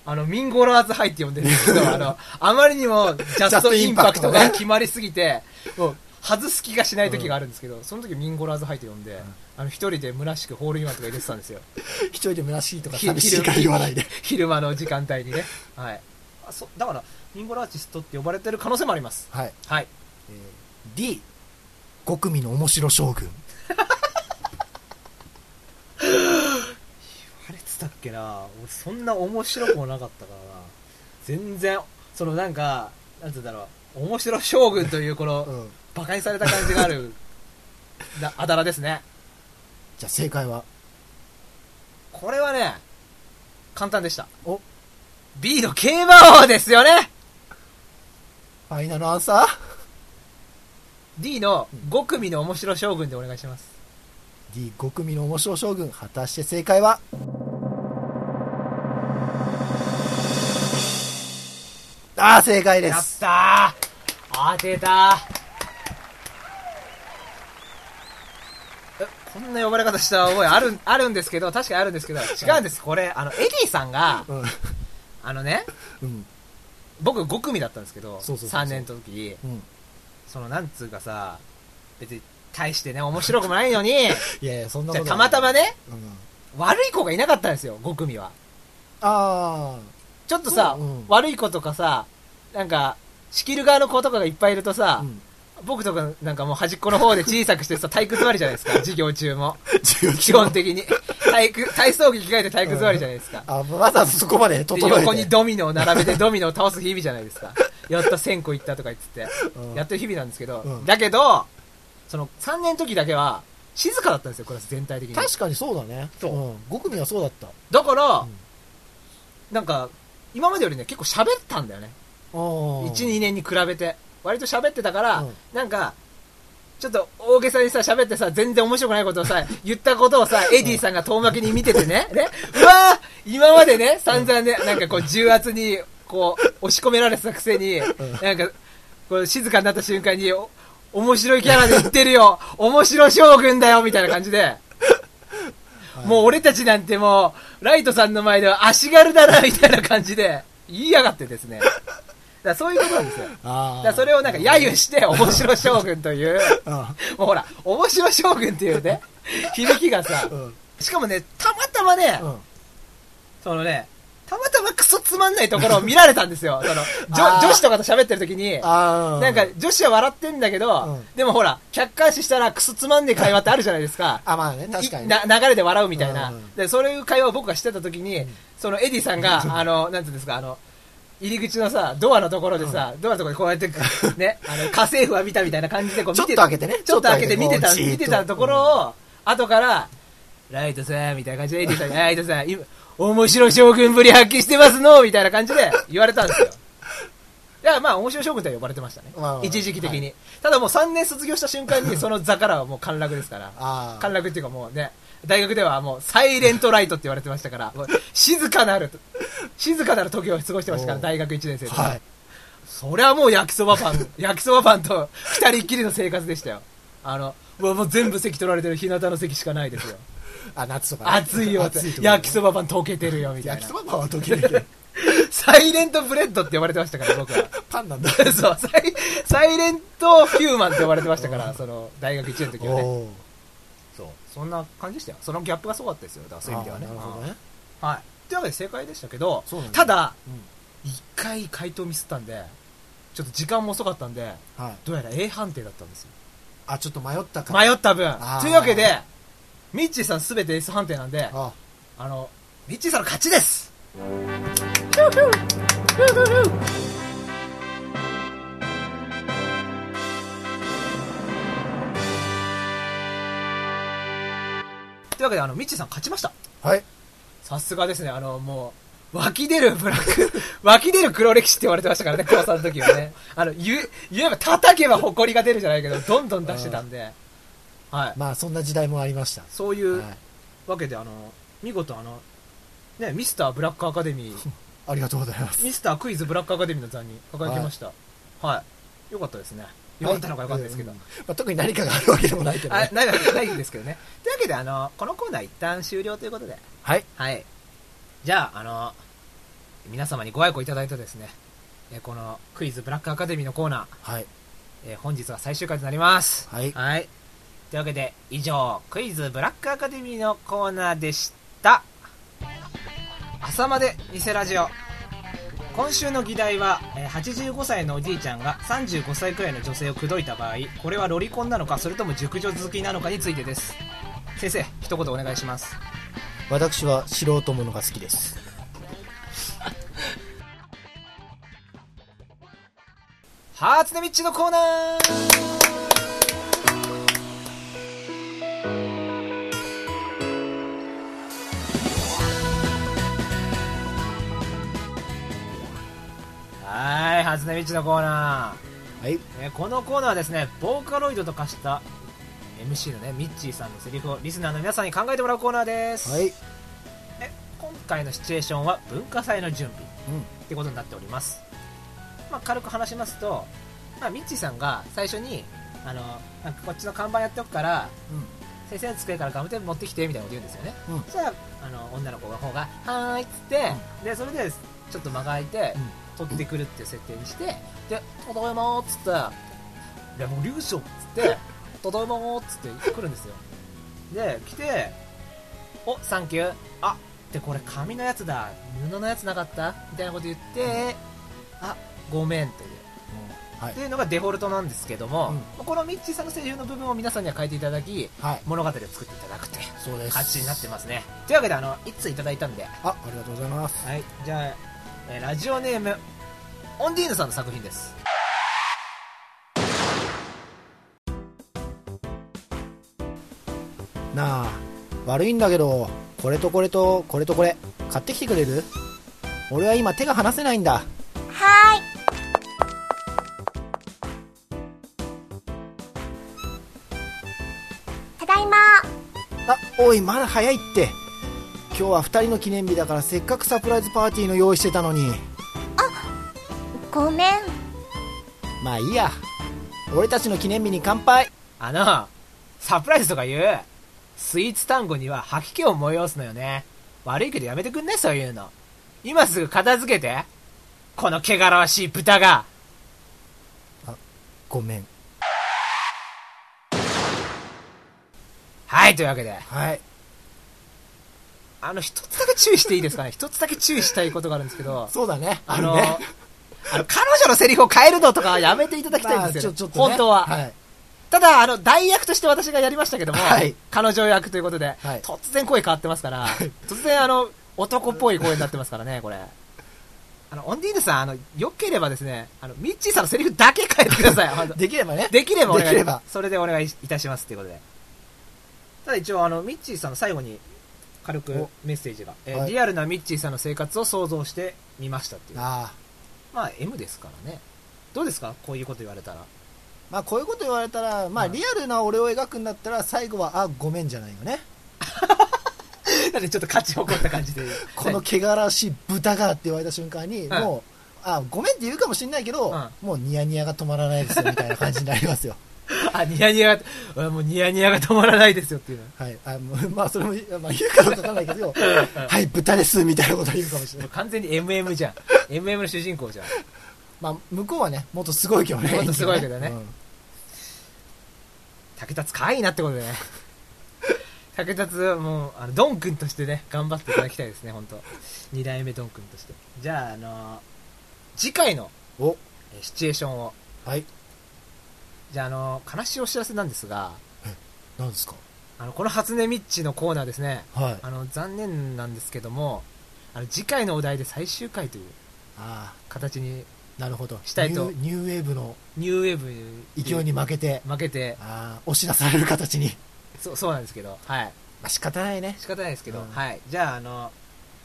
Speaker 1: あの、ミンゴラーズハイって呼んでるんですけど、あの、あまりにも ジャストインパクトが決まりすぎ て、もう外す気がしない時があるんですけど、その時ミンゴラーズハイって呼んで、あの、一人で虚しくホールインワンとか入れてたんですよ。
Speaker 2: 一人で虚しいとか
Speaker 1: ひ
Speaker 2: 寂しいから言わないで
Speaker 1: 昼間の時間帯にね。はい。あそだから、ミンゴラアーティストって呼ばれてる可能性もあります。
Speaker 2: はい
Speaker 1: はい。
Speaker 2: えー D 5組の面白将軍
Speaker 1: あれつたっけな俺そんな面白くもなかったからな。全然、そのなんか、なんて言うんだろう、面白将軍というこの、
Speaker 2: うん
Speaker 1: 馬鹿にされた感じがある、 なあだ名ですね。
Speaker 2: じゃあ正解は
Speaker 1: これはね、簡単でした。
Speaker 2: お
Speaker 1: B の競馬王ですよね
Speaker 2: ファイナルアンサ
Speaker 1: !D の5組の面白将軍でお願いします。
Speaker 2: ー ?D5 組の面白将軍果たして正解はああ正解で
Speaker 1: やっ
Speaker 2: す
Speaker 1: たー当てたーえ、そんな呼ばれ方した覚えある、あるんですけど、確かにあるんですけど、違うんです。これ、あの、エディさんが、
Speaker 2: うん
Speaker 1: あのね、
Speaker 2: うん
Speaker 1: 僕5組だったんですけど、
Speaker 2: そうそうそうそう
Speaker 1: 3年の時、
Speaker 2: うん
Speaker 1: その、なんつうかさ、別に、大してね、面白くもな いのに、
Speaker 2: いやいやそんな
Speaker 1: じ
Speaker 2: こ
Speaker 1: ゃあ
Speaker 2: と
Speaker 1: たまたま
Speaker 2: ね、
Speaker 1: ね、
Speaker 2: うん
Speaker 1: 悪い子がいなかったんですよ、5組は。
Speaker 2: あ
Speaker 1: ちょっとさ、
Speaker 2: うんうん
Speaker 1: 悪い子とかさ、なんか、仕切る側の子とかがいっぱいいると
Speaker 2: あ、
Speaker 1: さ、
Speaker 2: うん、
Speaker 1: 僕とかなんかもう端っこの方で小さくしてさ、体育座りじゃないで すか、授業中も。基本的に。体育、体操着着替えて体育座りじゃないですか。
Speaker 2: あわざわざそこまで整え
Speaker 1: で
Speaker 2: て
Speaker 1: 横にドミノを並べてドミノを倒す日々じゃないですか。やっと1000個いったとか言ってて、
Speaker 2: うん
Speaker 1: やってる日々なんですけど、
Speaker 2: うん
Speaker 1: だけど、その3年の時だけは、静かだったんですよ、クラス全体的に。
Speaker 2: 確かにそうだね、
Speaker 1: そうん
Speaker 2: 5組はそうだったあ
Speaker 1: だから、
Speaker 2: ん
Speaker 1: なんか、今までよりね、結構喋ったんだよね。
Speaker 2: 1
Speaker 1: 12年に比べて割と喋ってたから、
Speaker 2: うん
Speaker 1: なんかちょっと大げさにさ喋ってさ全然面白くないことを さ言ったことをさエディさんが遠巻きに見ててねねうわー今までね散々ねなんかこう重圧にこう押し込められてたくせに、なんかこう静かになった瞬間にお面白いキャラで言ってるよ面白将軍だよみたいな感じで。もう俺たちなんてもう、ライトさんの前では足軽だな、みたいな感じで、言いやがってですね。だからそういうことなんですよ。だ
Speaker 2: あ
Speaker 1: からそれをなんか揶揄して、面白将軍という、
Speaker 2: あ
Speaker 1: もうほら、面白将軍っていうね、響きがさ
Speaker 2: う、ん
Speaker 1: しかもね、たまたまね、
Speaker 2: うん
Speaker 1: そのね、たまたまクソつまんないところを見られたんですよ。その、じょ
Speaker 2: あー
Speaker 1: 女子とかと喋ってる時に、
Speaker 2: あー
Speaker 1: なんか女子は笑ってんだけど、
Speaker 2: うん
Speaker 1: でもほら、客観視したらクソつまんねえ会話ってあるじゃないですか。
Speaker 2: あまあね確かにね
Speaker 1: いな流れで笑うみたいな、
Speaker 2: うんうん
Speaker 1: でそういう会話を僕がしてた時に、そのエディさんが、あのなんていうんですかあの入り口のさドアのところでさ、ドアのところでこうやってねあの家政婦は見たみたいな感じでこう見て
Speaker 2: ちょっと開けてね
Speaker 1: ちょっと開けて
Speaker 2: ちょ
Speaker 1: 見
Speaker 2: っと
Speaker 1: て
Speaker 2: 開けてこ
Speaker 1: た
Speaker 2: うじーっ
Speaker 1: 見
Speaker 2: と
Speaker 1: てたところを、後からライトさんみたいな感じでエディさんにライトさん今面白い将軍ぶり発揮してますのみたいな感じで言われたんですよ。だからまあ、面白い将軍とは呼ばれてましたね。
Speaker 2: まあまあ
Speaker 1: 一時期的に、ただもう3年卒業した瞬間に、その座からはもう陥落ですから。
Speaker 2: あ
Speaker 1: 陥落っていうかもうね、大学ではもうサイレントライトって言われてましたから、もう静かなる、静かなる時を過ごしてましたから、
Speaker 2: おう
Speaker 1: 大学1年生で。
Speaker 2: はい
Speaker 1: そりゃもう焼きそばパン、焼きそばパンと二人っきりの生活でしたよ。あの、うわもう全部席取られてる日向の席しかないですよ。
Speaker 2: あ夏とかね
Speaker 1: 暑いよって
Speaker 2: 暑いと、かね
Speaker 1: 焼きそばパン溶けてるよみたい
Speaker 2: 焼
Speaker 1: な
Speaker 2: き。そばパンは溶け るけど
Speaker 1: サイレントブレッドって呼ばれてましたから、僕 は。
Speaker 2: パンなんだ
Speaker 1: そう、サイ、サイレントヒューマンって呼ばれてましたから、その、大学1年の時はね。
Speaker 2: おー
Speaker 1: そう。そんな感じでしたよ。そのギャップがすごかったですよ。だからそういう意味ではね。
Speaker 2: あーなるほどね
Speaker 1: はい。というわけで正解でしたけど
Speaker 2: そうなん、だ
Speaker 1: ただ
Speaker 2: うん、
Speaker 1: 一、回回答ミスったんで、ちょっと時間も遅かったんで、
Speaker 2: はい
Speaker 1: どうやら A 判定だったんですよ。
Speaker 2: あちょっと迷ったか
Speaker 1: 迷った分
Speaker 2: ー。
Speaker 1: というわけで、ミッチーさんすべて S 判定なんで、
Speaker 2: あ
Speaker 1: あの、ミッチーさんの勝ちですというわけで、あの、ミッチーさん勝ちました。
Speaker 2: はい
Speaker 1: さすがですね、あの、もう、湧き出るブラック、 湧き出る黒歴史って言われてましたからね、高3の時はね。あの、言え、言えば叩けば埃が出るじゃないけど、どんどん出してたんで、はい。
Speaker 2: まあそんな時代もありました
Speaker 1: そういう
Speaker 2: はい
Speaker 1: わけで、あの、見事あの、ね、ミスターブラックアカデミ ー、
Speaker 2: ありがとうございます
Speaker 1: ミスタークイズブラックアカデミーの座に輝きました。はい。よかったですね。よかったのかよかったですけど。
Speaker 2: うんまあ、特に何かがあるわけでもないけど、
Speaker 1: あ
Speaker 2: ね、
Speaker 1: ないわけないんですけどね。 というわけで、あの、このコーナー一旦終了ということで。
Speaker 2: はい
Speaker 1: はい。じゃあ、あの、皆様にご愛顧いただいたですね、えこのクイズブラックアカデミーのコーナ
Speaker 2: はい
Speaker 1: ー、え本日は最終回となります。
Speaker 2: はい
Speaker 1: はい。というわけで、以上、クイズブラックアカデミーのコーナーでした。朝まで偽ラジオ。今週の議題は、えー85歳のおじいちゃんが35歳くらいの女性を口説いた場合、これはロリコンなのか、それとも熟女好きなのかについてです。先生、一言お願いします。
Speaker 2: 私は素人ものが好きです
Speaker 1: ハーツネミッチのコーナーはーい、ハーツネミッチのコーナ
Speaker 2: はい
Speaker 1: ー、えーこのコーナーはですね、ボーカロイドと化した MC のね、ミッチーさんのセリフをリスナーの皆さんに考えてもらうコーナーです。
Speaker 2: はい
Speaker 1: え今回のシチュエーションは文化祭の準備
Speaker 2: うん
Speaker 1: ってことになっております、まあ、軽く話しますと、まあ、ミッチーさんが最初にあのなんかこっちの看板やっておくから、先生机からガムテープ持ってきてみたいなこと言うんですよね、
Speaker 2: うん
Speaker 1: そしたらあの女の子の方が「はーい」っつって、でそれでちょっと間が空いて、取ってくるっていう設定にして「でただいま」っつって「レボリューション」っ つって「ただいま」っつって来るんですよで来て「おサンキュー」あってこれ紙のやつだ布のやつなかったみたいなこと言って「あごめん」という
Speaker 2: はい
Speaker 1: っていうのがデフォルトなんですけども、
Speaker 2: うん
Speaker 1: まあこのミッチーさんの声優の部分を皆さんには変えていただき
Speaker 2: はい
Speaker 1: 物語を作っていただくという
Speaker 2: そうです
Speaker 1: 形になってますねというわけであの1通いただいたんでは
Speaker 2: あありがとうございます
Speaker 1: いじゃあ、えーラジオネームオンディーヌさんの作品です
Speaker 2: なあ悪いんだけどこれとこれとこれとこれ買ってきてくれる俺は今手が離せないんだ
Speaker 5: はいただいま
Speaker 2: あおいまだ早いって今日は2人の記念日だからせっかくサプライズパーティーの用意してたのに
Speaker 5: ごめん
Speaker 2: まあいいや俺たちの記念日に乾杯
Speaker 1: あのサプライズとか言うスイーツ単語には吐き気を催すのよね悪いけどやめてくんねそういうの今すぐ片付けてこの汚らわしい豚が
Speaker 2: ごめん
Speaker 1: はいというわけで
Speaker 2: はい
Speaker 1: あの一つだけ注意していいですかね一つだけ注意したいことがあるんですけ ど
Speaker 2: そうだね
Speaker 1: あの、
Speaker 2: るね
Speaker 1: あの彼女のセリフを変えるのとかはやめてい ただきたいんです
Speaker 2: ま
Speaker 1: よ、
Speaker 2: あちょちょっとね
Speaker 1: 本当は。
Speaker 2: はい
Speaker 1: ただ、あの、代役として私がやりましたけども、
Speaker 2: はい
Speaker 1: 彼女役ということで、
Speaker 2: はい
Speaker 1: 突然声変わってますから、突然、あの、男っぽい声になってますからね、これ。あの、オンディーヌさん、あの、良ければですね、あの、ミッチーさんのセリフだけ変えてください、本当
Speaker 2: できればね
Speaker 1: できればお願
Speaker 2: で
Speaker 1: い
Speaker 2: きれば
Speaker 1: それでお願いいたしますということでただ一応あのミッチーさんの最後に軽く
Speaker 2: お
Speaker 1: メッセージが、えー
Speaker 2: はい
Speaker 1: リアルなミッチーさんの生活を想像してみましたっていう
Speaker 2: ああ
Speaker 1: まあ M ですからねどうですかこういうこと言われたら
Speaker 2: まあこういうこと言われたらまあ
Speaker 1: うん
Speaker 2: リアルな俺を描くんだったら最後はあごめんじゃないよね
Speaker 1: なんでちょっと勝ち誇った感じで
Speaker 2: この汚らしい豚がって言われた瞬間に、
Speaker 1: ん
Speaker 2: もう、あ、ごめんって言うかもしれないけど、
Speaker 1: うん
Speaker 2: もうニヤニヤが止まらないですよ、みたいな感じになりますよ。
Speaker 1: あニヤニヤが俺もうニヤニヤが止まらないですよっていうの
Speaker 2: はい。あもうま あ、それも、まあ、言うかどうかわかんないけど、はい、豚です、みたいなこと言うかもしれな
Speaker 1: も。
Speaker 2: いう
Speaker 1: 完全に MM じゃん MM の主人公じゃん
Speaker 2: まあ、向こうはね、もっとすごいけどね。
Speaker 1: もっとすごいけどね
Speaker 2: うん
Speaker 1: 竹達可愛いなってことでね竹達もうあのドン君としてね頑張っていただきたいですね本当二代目ドン君としてじゃああの次回の
Speaker 2: お、
Speaker 1: えシチュエーションを
Speaker 2: はい。
Speaker 1: じゃああの悲しいお知らせなんですが
Speaker 2: なんですか
Speaker 1: あのこの初音ミッチのコーナーですね
Speaker 2: はい。あ
Speaker 1: あの残念なんですけどもあの次回のお題で最終回という
Speaker 2: あ
Speaker 1: 形に
Speaker 2: ー、なるほど。
Speaker 1: したいと
Speaker 2: ニューニューウェーブの
Speaker 1: ニューウェーブ
Speaker 2: 勢いに負けて、
Speaker 1: 負けて
Speaker 2: ああ、押し出される形に。
Speaker 1: そうそうなんですけどはい
Speaker 2: まあ、仕方ないね。
Speaker 1: 仕方ないですけど、
Speaker 2: うん
Speaker 1: はいじゃああの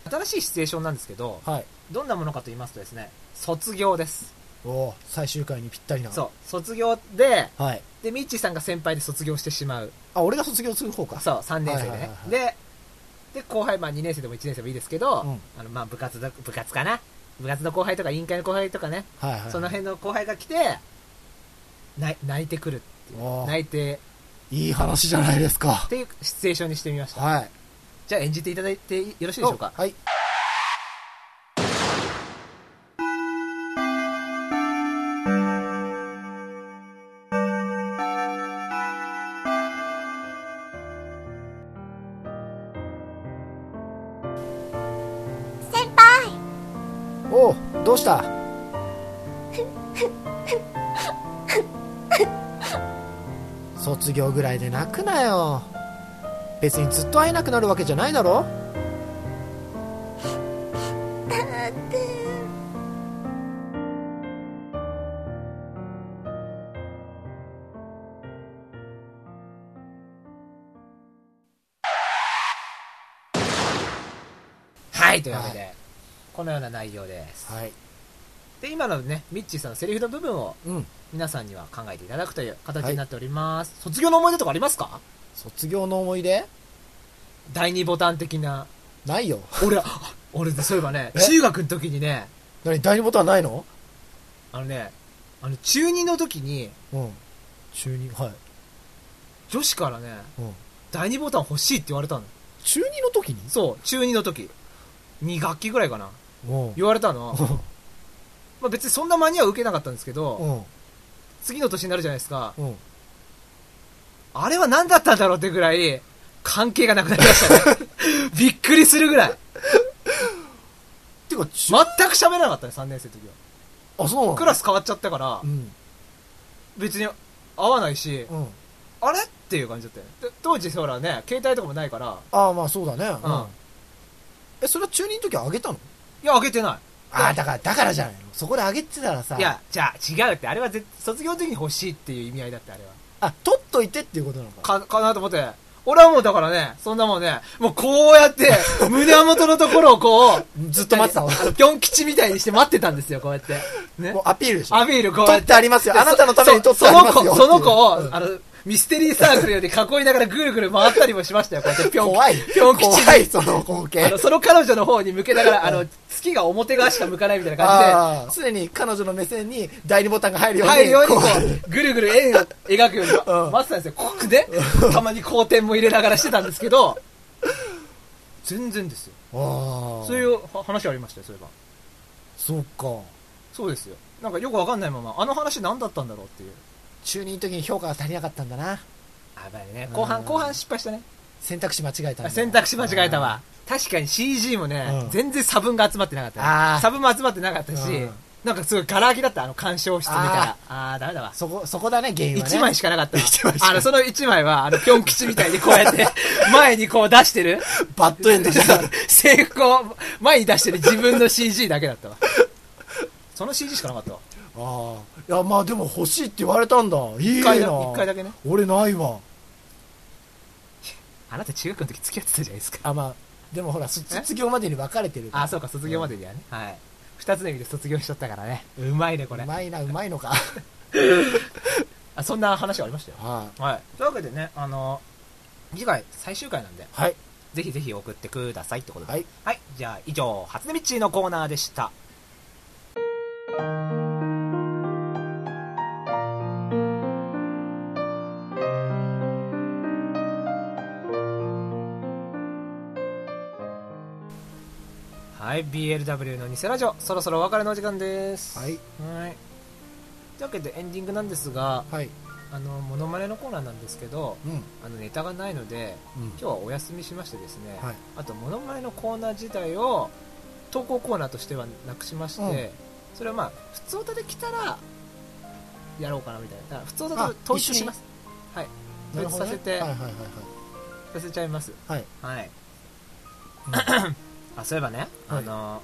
Speaker 1: 新しいシチュエーションなんですけど、
Speaker 2: はい。
Speaker 1: どんなものかと言いますとですね、卒業です。
Speaker 2: おー最終回にぴったりな。
Speaker 1: そう、卒業で、
Speaker 2: う。はい。
Speaker 1: で、ミッチーさんが先輩で卒業してしまう。
Speaker 2: あ、俺が卒業する方か。
Speaker 1: そう、3年生で
Speaker 2: はいはいは
Speaker 1: ね
Speaker 2: いは。い
Speaker 1: で、で、後輩、まあ2年生でも1年生でもいいですけど、
Speaker 2: うん
Speaker 1: あの、まあ部活だ、部活かな。部活の後輩とか委員会の後輩とかね、
Speaker 2: はいはいはい。
Speaker 1: その辺の後輩が来て、泣泣いてくるっていう
Speaker 2: おー
Speaker 1: 泣いて、
Speaker 2: いい話じゃないですか
Speaker 1: っ。ていうシチュエーションにしてみました。
Speaker 2: はい。
Speaker 1: じゃあ演じていただいてよろしいでしょうか。
Speaker 2: はい。
Speaker 5: 先輩
Speaker 2: おうどうした卒業ぐらいで泣くなよ。別にずっと会えなくなるわけじゃないだろ
Speaker 5: だって
Speaker 1: はい、というわけで、このような内容です。
Speaker 2: はい。
Speaker 1: で、今のね、ミッチーさんのセリフの部分を、
Speaker 2: うん。
Speaker 1: 皆さんには考えていただくという形になっております、卒業の思い出とかありますか
Speaker 2: 卒業の思い出
Speaker 1: 第二ボタン的 な
Speaker 2: ないよ。
Speaker 1: 俺あ俺そういえばね
Speaker 2: え
Speaker 1: 中学の時にね
Speaker 2: 何第二ボタンないの
Speaker 1: あのねあの中2の時に
Speaker 2: うん。中二、はい。
Speaker 1: 女子からね
Speaker 2: うん。
Speaker 1: 第2ボタン欲しいって言われたの。
Speaker 2: 中二の時に
Speaker 1: そう、中2の時。2学期ぐらいかな。
Speaker 2: うん
Speaker 1: 言われたの。まあ別にそんな間には受けなかったんですけ
Speaker 2: う
Speaker 1: ど、
Speaker 2: ん
Speaker 1: 次の年になるじゃないですか。
Speaker 2: うん
Speaker 1: あれは何だったんだろうってぐらい、関係がなくなりました ね。びっくりするぐらい。
Speaker 2: てか中
Speaker 1: 全く喋らなかったね、3年生の時は。
Speaker 2: あそうなの
Speaker 1: クラス変わっちゃったから
Speaker 2: う、ん
Speaker 1: 別に合わないし、
Speaker 2: うん
Speaker 1: あれっていう感じだったよね。で当時、ほらね、携帯とかもないから、
Speaker 2: ああまあそうだねう
Speaker 1: うん。
Speaker 2: えそれは中二の時はあげたの
Speaker 1: いや、あげてな
Speaker 2: ああだからだからじゃないのそこであげてたらさ
Speaker 1: い。いや、じゃあ違うって、あれはぜ卒業の時に欲しいっていう意味合いだって、あれは。
Speaker 2: あ取っといてっていうことなのか
Speaker 1: か、かなと思って。俺はもうだからね、そんなもんね、もうこうやって、 胸元のところをこう、
Speaker 2: ずっと待ってたわ
Speaker 1: ぴょん吉みたいにして待ってたんですよ、こうやって。ね
Speaker 2: もう。アピールでしょ
Speaker 1: アビールこうや
Speaker 2: 取
Speaker 1: っ。
Speaker 2: っててありますよあなたのために取って
Speaker 1: そ
Speaker 2: ありますよ
Speaker 1: その子、その子を、
Speaker 2: っていう
Speaker 1: あの、ミステリーサークルより囲いながらぐるぐる回ったりもしましたよ、こうやってぴょん
Speaker 2: 怖い
Speaker 1: ぴょん吉
Speaker 2: 怖いその光
Speaker 1: あ
Speaker 2: 景
Speaker 1: の、その彼女の方に向けながら、あの、月が表側しか向かないみたいな感
Speaker 2: ああ常に彼女の目線に第二ボタンが入る
Speaker 1: じ
Speaker 2: よ
Speaker 1: で、
Speaker 2: うに
Speaker 1: 入るようにこ
Speaker 2: こ
Speaker 1: う、ぐるぐる円を描くように
Speaker 2: うん
Speaker 1: 待ってたんですよ。こうね、たまに光点も入れながらしてたんですけど、全然ですよ。
Speaker 2: うああ
Speaker 1: そういうは話ありましたよ、そういえば。
Speaker 2: そうか
Speaker 1: そうですよ。なんかよくわかんないまま、あの話何だったんだろうっていう。
Speaker 2: 中二の時に評価が足りなかったんだな
Speaker 1: やばいね。後半、
Speaker 2: うん
Speaker 1: 後半失敗したね。
Speaker 2: 選択肢間違えたんだ
Speaker 1: あ選択肢間違えたわ。確かに CG もね、
Speaker 2: うん
Speaker 1: 全然差分が集まってなかった、
Speaker 2: あ
Speaker 1: ね。
Speaker 2: ー
Speaker 1: 差分も集まってなかったし、
Speaker 2: うん
Speaker 1: なんかすごいガラ空きだった、あの鑑賞室みたいな。あー、ダメだわ。
Speaker 2: そこそこだね原因はね
Speaker 1: 一枚しかなかったわ。
Speaker 2: 一枚しか
Speaker 1: あの、その一枚は、あの、ぴょん吉みたいにこうや って、前にこう出してる、
Speaker 2: バッドエンド した
Speaker 1: 制服を前に出してる自分の CG だけだったわ。その CG しかなかったわ。
Speaker 2: ああ。いや、まあでも欲しいって言われたんだ。いい
Speaker 1: 一
Speaker 2: な。
Speaker 1: 回だ一回だけね。
Speaker 2: 俺ないわ。
Speaker 1: あなた中学の時付き合ってたじゃないですか。
Speaker 2: あ、まあ、でもほら、卒卒業までに別れてるから。
Speaker 1: あ、そうか、卒業までにはね。はい。二つの意味で卒業しちゃったからね。うまいね、これ
Speaker 2: う。まいな、うまいのか。
Speaker 1: あ、そんな話がありましたよ。
Speaker 2: は
Speaker 1: はい。というわけでね、あの、次回最終回なんで、
Speaker 2: い。はい。
Speaker 1: ぜひぜひ送ってくださいってことで。
Speaker 2: はい。
Speaker 1: はい。じゃあ、以上、初音ミッチーのコーナーでした。はい、BLW の偽ラジオ、そろそろお別れのお時間です。
Speaker 2: はい。
Speaker 1: はい。というわけでエンディングなんですが、
Speaker 2: はい。
Speaker 1: あの、モノマネのコーナーなんですけど、
Speaker 2: うん。
Speaker 1: あの、ネタがないので、
Speaker 2: うん
Speaker 1: 今。日はお休みしましてですね、
Speaker 2: はい
Speaker 1: あとモノマネのコーナー自体を投稿コーナーとしてはなくしまして、
Speaker 2: うん
Speaker 1: それはまあ普通歌で来たらやろうかなみたいなだから普通歌
Speaker 2: あ
Speaker 1: と統
Speaker 2: 一
Speaker 1: 一
Speaker 2: 緒に
Speaker 1: しますはい
Speaker 2: な
Speaker 1: 統
Speaker 2: る
Speaker 1: 一
Speaker 2: ほ
Speaker 1: さ
Speaker 2: どね
Speaker 1: せて、
Speaker 2: はいはいはいはい。
Speaker 1: させちゃいます
Speaker 2: はい、
Speaker 1: あそういえばね、
Speaker 2: はい
Speaker 1: あの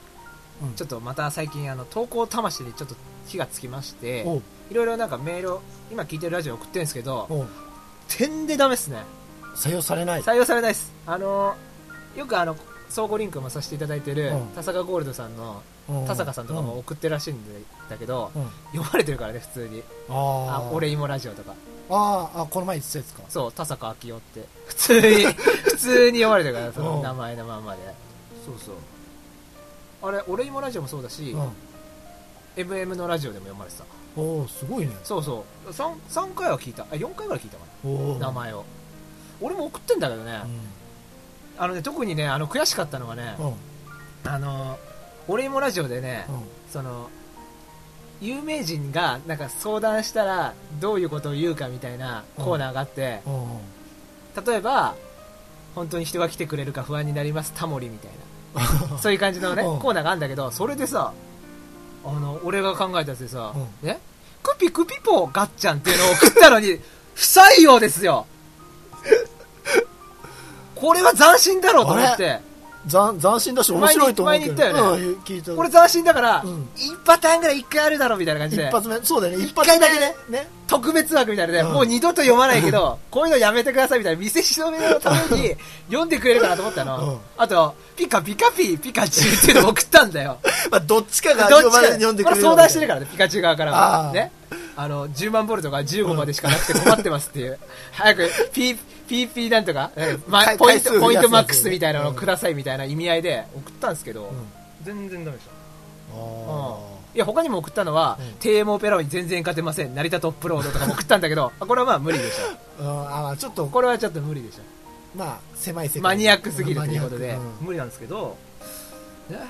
Speaker 2: うん
Speaker 1: ちょっとまた最近あの投稿魂にちょっと火がつきまして
Speaker 2: おう
Speaker 1: いろいろなんかメールを今聞いてるラジオ送ってるんですけど
Speaker 2: おう
Speaker 1: 点でダメっすね
Speaker 2: 採用されない。
Speaker 1: 採用されないですあのよくあの相互リンクもさせていただいてる
Speaker 2: うん
Speaker 1: 田坂ゴールドさんの
Speaker 2: うん
Speaker 1: 田坂さんとかも。送ってるらしいんだけど
Speaker 2: うん。うん
Speaker 1: 読まれてるからね普通に
Speaker 2: あ
Speaker 1: 「
Speaker 2: あ。
Speaker 1: あ俺。芋ラジオ」とか
Speaker 2: ああ、あこの前言ってたやつか。
Speaker 1: そう田坂昭夫って普通 に普通に読まれてるからその
Speaker 2: うん
Speaker 1: 名前のまんまでそうそうあれ俺芋ラジオもそうだし
Speaker 2: うん。
Speaker 1: MM のラジオでも読まれてた
Speaker 2: おおすごいね。
Speaker 1: そうそう 3, 三回は聞いたあ4回ぐらい聞いたか
Speaker 2: おお
Speaker 1: な名。前を俺も送ってんだけどねあのね特にねあの悔しかったのはね
Speaker 2: うん。うん。
Speaker 1: あの俺芋ラジオでね
Speaker 2: うん。
Speaker 1: その有名人がなんか相談したらどういうことを言うかみたいなコーナーがあって、
Speaker 2: うん。
Speaker 1: 例えば本当に人が来てくれるか不安になりますタモリみたいなそういう感じのね、
Speaker 2: うん
Speaker 1: コーナーがあるんだけどそれでさあの俺が考えたやつでさ、
Speaker 2: う
Speaker 1: ねクピクピポガッチャンっていうのを送ったのに 不採用で すよこれは斬新だろうと思って
Speaker 2: ざん斬新だし面白いと思うけど。
Speaker 1: 前に前に言ったよ
Speaker 2: ね。うん、聞いた。
Speaker 1: これ斬新だから、
Speaker 2: うん
Speaker 1: 一パターンぐらい一回あるだろうみたいな感じ
Speaker 2: 一
Speaker 1: で
Speaker 2: 発目、そうだよね。一発目だけね。ね。
Speaker 1: 特別枠みたいなね、
Speaker 2: うん
Speaker 1: もう二度と読まないけど、こういうのやめてくださいみたいな、見せしめのために読んでくれるかなと思ったの。
Speaker 2: うん
Speaker 1: あと、ピカピカピー、ピカチュウっていうのを送ったんだよ。
Speaker 2: ま あ、どっちか
Speaker 1: ど
Speaker 2: が
Speaker 1: っ
Speaker 2: 読ま
Speaker 1: ちか
Speaker 2: れ読んでくれ
Speaker 1: こ
Speaker 2: る
Speaker 1: れ相談してるからね、ピカチュウ側からは。
Speaker 2: あー
Speaker 1: ね。あの、10万ボルトが15までしかなくて困ってますっていう。早く、ピー、ピーピーなんとか、えま
Speaker 2: 回
Speaker 1: ポイン
Speaker 2: 回数増やすやつ
Speaker 1: ト、ポイントマックスみたいなのをくださいみたいな意味合いで送ったんですけど、
Speaker 2: ん
Speaker 1: 全然ダメでした。
Speaker 2: あ
Speaker 1: いや、他にも送ったのは、TM オペラオに全然勝てませ ん、成田トップロードとかも送ったんだけど、あこれはまあ無理でした。
Speaker 2: ーうんあーちょっと
Speaker 1: これはちょっと無理でしょ
Speaker 2: まあ狭い世界
Speaker 1: マニアックすぎるということで、
Speaker 2: マニアック
Speaker 1: 無理なんですけど、ねえ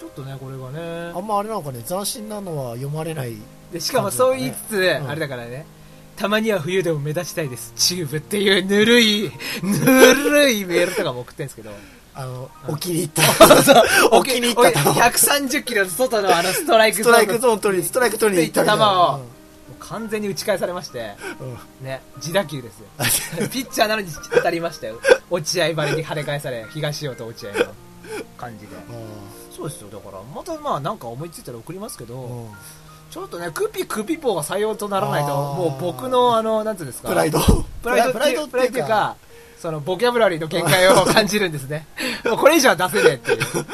Speaker 1: ちょっとね、これが
Speaker 2: うんあ
Speaker 1: ね。
Speaker 2: んまあれなのかね斬新なのは読まれない
Speaker 1: でしかもそう言いつつ、
Speaker 2: うん
Speaker 1: あれだからね、たまには冬でも目立ちたいです、チューブっていうぬるい、 ぬるいメールとかも送ってんですけど、
Speaker 2: あの、お気に入 った。お気に入った球を
Speaker 1: 130キロの外のあのストライク
Speaker 2: ス
Speaker 1: ゾ
Speaker 2: ト
Speaker 1: ーン
Speaker 2: ライクゾーン取り、ストライク取りに行ったみたいな
Speaker 1: もう完全に打ち返されまして、
Speaker 2: うんうん
Speaker 1: ね、自打球ですよ。 ピッチャーなのに当たりましたよ。落合バレに跳ね返され、東尾と落合の感じで。そうですよ、だから、またまあなんか思いついたら送りますけ
Speaker 2: う
Speaker 1: ど、
Speaker 2: ん
Speaker 1: ちょっとね、クピクピポーが採用とならないと、
Speaker 2: あー
Speaker 1: もう僕のあの、なんていうんですか、
Speaker 2: プライド。
Speaker 1: プライドっていう、プライドっていう、か、そのボキャブラリーの限界を感じるんです ね。もうこれ以上は出せねえっていう。 はい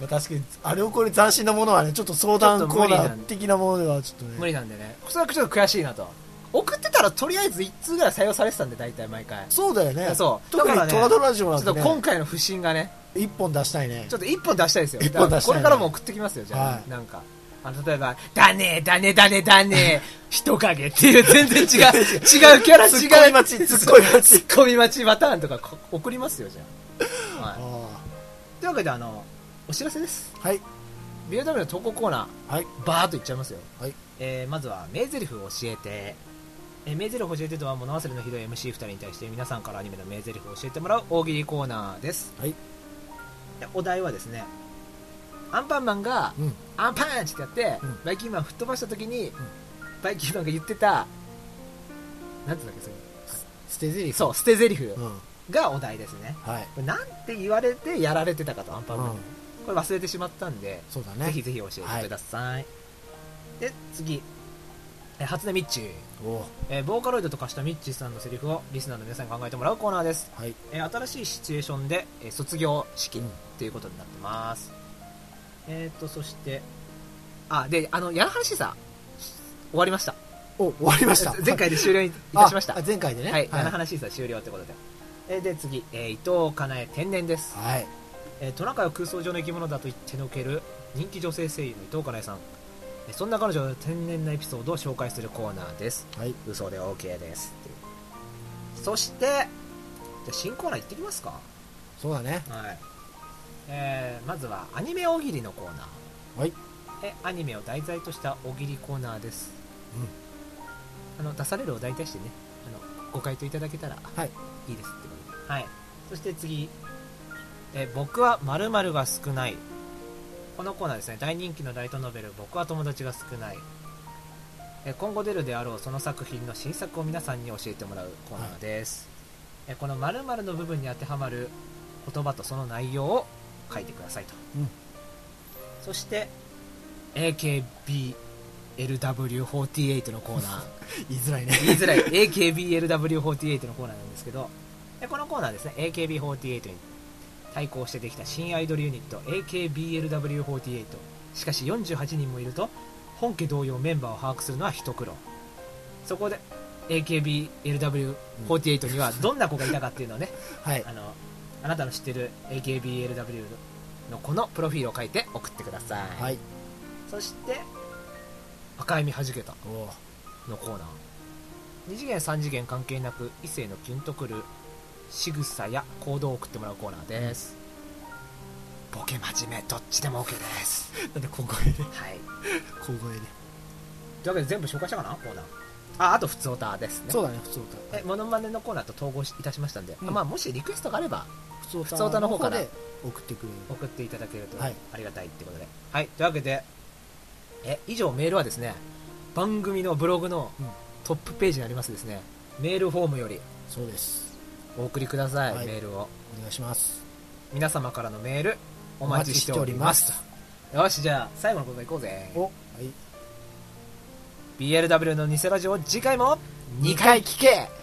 Speaker 2: まあ確かに、あれをこれ斬新なものはね、ちょっと相談コーナー的なものではちょっとね。
Speaker 1: 無理なんでね、おそらくちょっと悔しいなと。送ってたらとりあえず1通ぐらい採用されてたんで、大体毎回。
Speaker 2: そうだよね。
Speaker 1: そう
Speaker 2: 特に
Speaker 1: だからね
Speaker 2: トラドラジオ
Speaker 1: ちょ
Speaker 2: なん
Speaker 1: ってと
Speaker 2: ね、
Speaker 1: 今回の不審がね、
Speaker 2: 一本出したいね
Speaker 1: ちょ。っと一本出したいですよ。
Speaker 2: 一本出したいね
Speaker 1: これからも送ってきますよ、じゃあ、
Speaker 2: はい
Speaker 1: なんか。あの、例えば、だねえ、だねえ、だねえ、だねえ、人影っていう 全然違う、違うキャラ、違う。
Speaker 2: ツッコミ待ちツッコミ待ち
Speaker 1: ツッコミ待ちパターンとかこ送りますよ、じゃあ。はい。
Speaker 2: あ
Speaker 1: というわけで、あの、お知らせです。
Speaker 2: ーはい。
Speaker 1: ビルダブルの投稿コーナー、
Speaker 2: はい
Speaker 1: バーっといっちゃいますよ、
Speaker 2: はい
Speaker 1: えーまずは名台詞教えて、えー、名台詞教えてとは物忘れのひどい MC2 人に対して皆さんからアニメの名台詞を教えてもらう大喜利コーナーです、
Speaker 2: はい
Speaker 1: でお題はですねアンパンマンが、
Speaker 2: うん
Speaker 1: アンパンチってやって、
Speaker 2: うん
Speaker 1: バイキンマン吹っ飛ばした時に、バイキンマンが言ってたなんて言うんだっけそれ
Speaker 2: 捨てゼリ
Speaker 1: そう捨て台詞
Speaker 2: う。うん。
Speaker 1: がお題ですね、
Speaker 2: はい。
Speaker 1: これなんて言われてやられてたかとアンパ
Speaker 2: う
Speaker 1: ンマン
Speaker 2: ん
Speaker 1: に、。これ忘れてしまったんで
Speaker 2: そうだね。
Speaker 1: ぜひぜひ教えてください、で次えー初音ミッチー、
Speaker 2: お
Speaker 1: えーボーカロイドと化したミッチーさんのセリフをリスナーの皆さんに考えてもらうコーナーです、
Speaker 2: はい。
Speaker 1: えー新しいシチュエーションで、えー卒業式
Speaker 2: うん
Speaker 1: っていうことになってます、えっ、とそしてあであのやらはしさ終わりました
Speaker 2: お、終わりました。
Speaker 1: 前回で終了いたしました
Speaker 2: あ
Speaker 1: は
Speaker 2: あ前回でね。
Speaker 1: い、やらはしさ終了ってことで、えーで次、えー伊藤かなえ天然です
Speaker 2: はい。
Speaker 1: えートナカイを空想上の生き物だと言ってのける人気女性声優の伊藤かなえさんえーそんな彼女の天然なエピソードを紹介するコーナーです
Speaker 2: はい。
Speaker 1: 嘘で OK ですっていうそしてじゃあ新コーナー行ってきますか
Speaker 2: そうだね。
Speaker 1: はい、えーまずはアニメ大喜利のコーナー
Speaker 2: はい
Speaker 1: えアニメを題材とした大喜利コーナーです、あの出されるお題に対してねあのご回答いただけたら、
Speaker 2: はい、
Speaker 1: いいですってことで、はい、そして次え僕は〇〇が少ないこのコーナーですね大人気のライトノベル「僕は友達が少ない」え今後出るであろうその作品の新作を皆さんに教えてもらうコーナーです、えこの〇〇の部分に当てはまる言葉とその内容を書いてくださいと、
Speaker 2: うん
Speaker 1: そして AKBLW48 のコーナ ー
Speaker 2: 言いづらいね。
Speaker 1: 言いづらい AKBLW48 のコーナーなんですけどでこのコーナーですね AKB48 に対抗してできた新アイドルユニット AKBLW48 しかし48人もいると本家同様メンバーを把握するのは一苦労そこで AKBLW48 にはどんな子がいたかっていうのをね
Speaker 2: はい。
Speaker 1: あのあなたの知ってる AKBLW の子のプロフィールを書いて送ってください、
Speaker 2: はい。
Speaker 1: そして赤い実はじけた
Speaker 2: お
Speaker 1: のコーナー2次元3次元関係なく異性のキュンとくる仕草や行動を送ってもらうコーナーですボケ真面目どっちでも OK です
Speaker 2: なんで小声で、
Speaker 1: はい
Speaker 2: 小声で。
Speaker 1: というわけで全部紹介したかなコーナーああと普通オタですね
Speaker 2: そうだね、普通歌。
Speaker 1: えモノマネのコーナーと統合しいたしましたんで、
Speaker 2: うん
Speaker 1: まあもしリクエストがあれば
Speaker 2: 普通
Speaker 1: 普通歌の方から
Speaker 2: で送ってくれる。
Speaker 1: 送っていただけると
Speaker 2: はい
Speaker 1: ありがたいってことで、はい、というわけでえ以上メールはですね番組のブログの
Speaker 2: うん
Speaker 1: トップページにありますですねメールフォームより
Speaker 2: そうです。
Speaker 1: お送りください、
Speaker 2: はい
Speaker 1: メールを
Speaker 2: お願いします。
Speaker 1: 皆様からのメールお待ちしております
Speaker 2: お待ちして
Speaker 1: よしじゃあ最後のこといこうぜ
Speaker 2: おります。お、はい。
Speaker 1: BLW の偽ラジオ次回も2回聞け